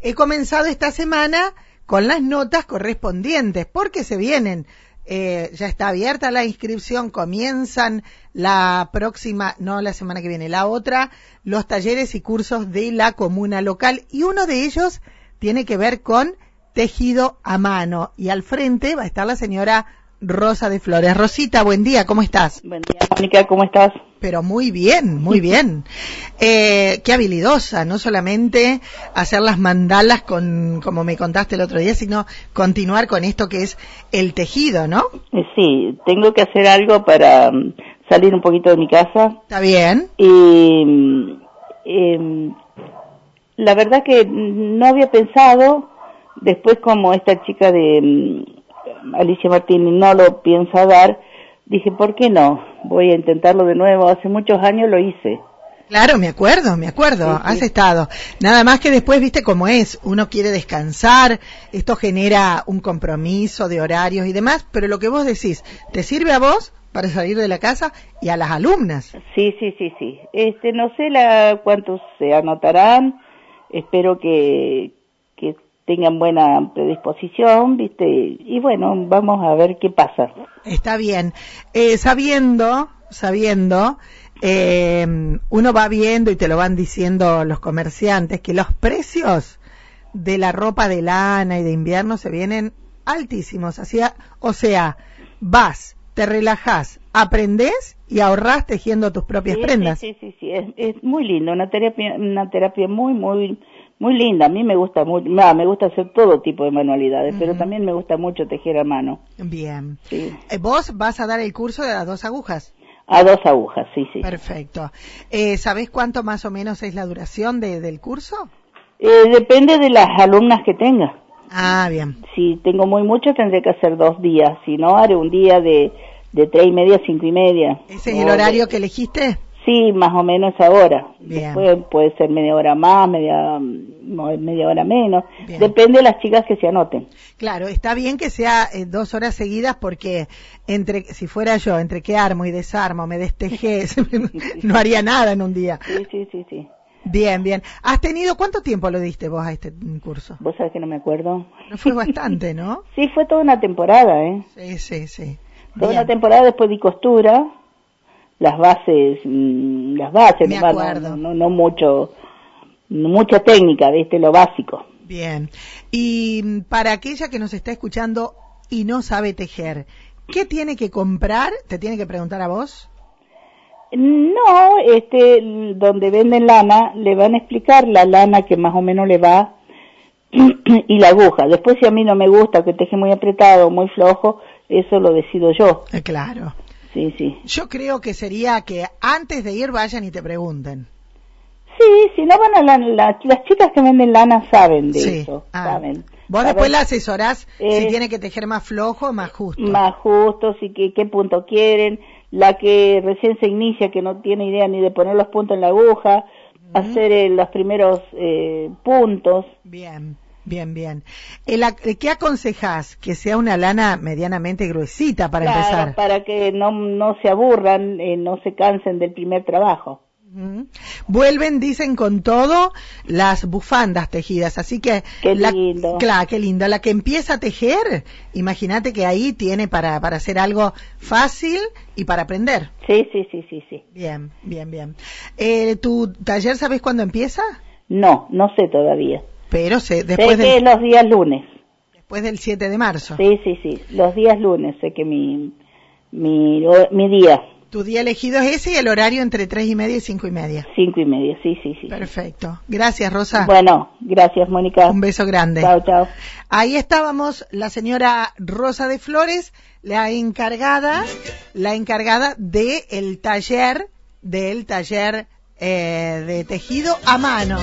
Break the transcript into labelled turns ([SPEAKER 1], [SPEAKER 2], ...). [SPEAKER 1] he comenzado esta semana con las notas correspondientes, porque se vienen. Eh, ya está abierta la inscripción, comienzan la próxima, no la semana que viene, la otra, los talleres y cursos de la comuna local y uno de ellos tiene que ver con tejido a mano y al frente va a estar la señora Rosa de Flores. Rosita, buen día, ¿cómo estás?
[SPEAKER 2] Buen día, Mónica, ¿cómo estás?
[SPEAKER 1] Pero muy bien, muy bien. Eh, qué habilidosa, no solamente hacer las mandalas con, como me contaste el otro día, sino continuar con esto que es el tejido, ¿no?
[SPEAKER 2] Eh, Sí, tengo que hacer algo para um, salir un poquito de mi casa.
[SPEAKER 1] Está bien.
[SPEAKER 2] Y eh, la verdad que no había pensado, después como esta chica de um, Alicia Martínez no lo piensa dar, dije, ¿por qué no? Voy a intentarlo de nuevo. Hace muchos años lo hice.
[SPEAKER 1] Claro, me acuerdo, me acuerdo,
[SPEAKER 2] Sí, sí.
[SPEAKER 1] has estado. Nada más que después, viste cómo es, uno quiere descansar, esto genera un compromiso de horarios y demás, pero lo que vos decís, te sirve a vos para salir de la casa y a las alumnas.
[SPEAKER 2] Sí, sí, sí, sí. Este, no sé la, cuántos se anotarán. Espero que, que tengan buena predisposición, ¿viste? Y bueno, vamos a ver qué pasa.
[SPEAKER 1] Está bien. Eh, sabiendo, sabiendo, eh, uno va viendo y te lo van diciendo los comerciantes que los precios de la ropa de lana y de invierno se vienen altísimos. Así, a- o sea, vas, te relajás, aprendés y ahorrás tejiendo tus propias
[SPEAKER 2] Sí,
[SPEAKER 1] prendas.
[SPEAKER 2] Sí, sí, sí, sí, Es, es muy lindo, una terapia, una terapia muy, muy, muy linda. A mí me gusta mucho, va, me gusta hacer todo tipo de manualidades, pero
[SPEAKER 1] Ujú.
[SPEAKER 2] también me gusta mucho tejer a mano.
[SPEAKER 1] Bien.
[SPEAKER 2] Sí.
[SPEAKER 1] Eh, Vos vas a dar el curso de las dos agujas.
[SPEAKER 2] A dos agujas, sí, sí.
[SPEAKER 1] Perfecto. Eh, ¿Sabés cuánto más o menos es la duración de- del curso?
[SPEAKER 2] Eh, depende de las alumnas que tenga.
[SPEAKER 1] Ah, bien.
[SPEAKER 2] Si tengo muy mucho, tendré que hacer dos días. Si no, haré un día de, de tres y media a cinco y media.
[SPEAKER 1] ¿Ese es el
[SPEAKER 2] O de-
[SPEAKER 1] horario que elegiste?
[SPEAKER 2] Sí, más o menos ahora.
[SPEAKER 1] Bien.
[SPEAKER 2] Después puede ser media hora más, media, mm, media hora menos.
[SPEAKER 1] Bien.
[SPEAKER 2] Depende de las chicas que se anoten.
[SPEAKER 1] Claro, está bien que sea eh, dos horas seguidas porque entre, si fuera yo, entre que armo y desarmo, me destejé, se me- no haría nada en un día.
[SPEAKER 2] Sí, sí, sí, sí.
[SPEAKER 1] Bien, bien. ¿Has tenido, cuánto tiempo lo diste vos a este mm, curso?
[SPEAKER 2] Vos sabés que no me acuerdo.
[SPEAKER 1] No fue bastante, ¿no?
[SPEAKER 2] Sí, fue toda una temporada, ¿eh?
[SPEAKER 1] Sí, sí, sí.
[SPEAKER 2] Toda
[SPEAKER 1] Bien.
[SPEAKER 2] una temporada después di costura, las bases, mm, las bases,
[SPEAKER 1] Me
[SPEAKER 2] no, no-
[SPEAKER 1] acuerdo.
[SPEAKER 2] no, no mucho, no mucha técnica, ¿viste? Lo básico.
[SPEAKER 1] Bien. Y mm, para aquella que nos está escuchando y no sabe tejer, ¿qué tiene que comprar? ¿Te tiene que preguntar a vos?
[SPEAKER 2] No, este, donde venden lana, le van a explicar la lana que más o menos le va y la aguja. Después si a mí no me gusta, que teje muy apretado, muy flojo, eso lo decido yo.
[SPEAKER 1] Eh, Claro.
[SPEAKER 2] Sí, sí.
[SPEAKER 1] Yo creo que sería que antes de ir vayan y te pregunten.
[SPEAKER 2] Sí, si no van a la, la- las chicas que venden lana saben de eso,
[SPEAKER 1] Ah.
[SPEAKER 2] saben.
[SPEAKER 1] Vos
[SPEAKER 2] Saben
[SPEAKER 1] después la asesorás
[SPEAKER 2] Eh,
[SPEAKER 1] si tiene que tejer más flojo o más justo.
[SPEAKER 2] más justos y que, qué punto quieren, la que recién se inicia, que no tiene idea ni de poner los puntos en la aguja, hacer eh, los primeros eh, puntos.
[SPEAKER 1] Bien, bien, bien. El ac- eh, ¿Qué aconsejás? Que sea una lana medianamente gruesita para
[SPEAKER 2] Claro,
[SPEAKER 1] empezar.
[SPEAKER 2] para que no, no se aburran, eh, no se cansen del primer trabajo.
[SPEAKER 1] Ujú. Vuelven, dicen con todo, las bufandas tejidas. Así que,
[SPEAKER 2] Qué
[SPEAKER 1] la-
[SPEAKER 2] lindo.
[SPEAKER 1] Claro, qué lindo. La que empieza a tejer, imagínate que ahí tiene para, para hacer algo fácil y para aprender.
[SPEAKER 2] Sí, sí, sí, sí, sí.
[SPEAKER 1] Bien, bien, bien. Eh, ¿Tu taller sabes cuándo empieza?
[SPEAKER 2] No, no sé todavía.
[SPEAKER 1] Pero se,
[SPEAKER 2] sé
[SPEAKER 1] después
[SPEAKER 2] que
[SPEAKER 1] del, Ah.
[SPEAKER 2] los días lunes.
[SPEAKER 1] después del 7 de marzo.
[SPEAKER 2] Sí, sí, sí. Los días lunes sé que mi, mi, o- mi día,
[SPEAKER 1] Tu día elegido es ese y el horario entre 3 y media y 5 y media.
[SPEAKER 2] cinco y media. Sí, sí, sí.
[SPEAKER 1] Perfecto. Gracias, Rosa.
[SPEAKER 2] Bueno, gracias, Mónica.
[SPEAKER 1] Un beso grande.
[SPEAKER 2] Chao, chao.
[SPEAKER 1] Ahí estábamos la señora Rosa de Flores, la encargada, la encargada del taller, del taller eh, de tejido a mano.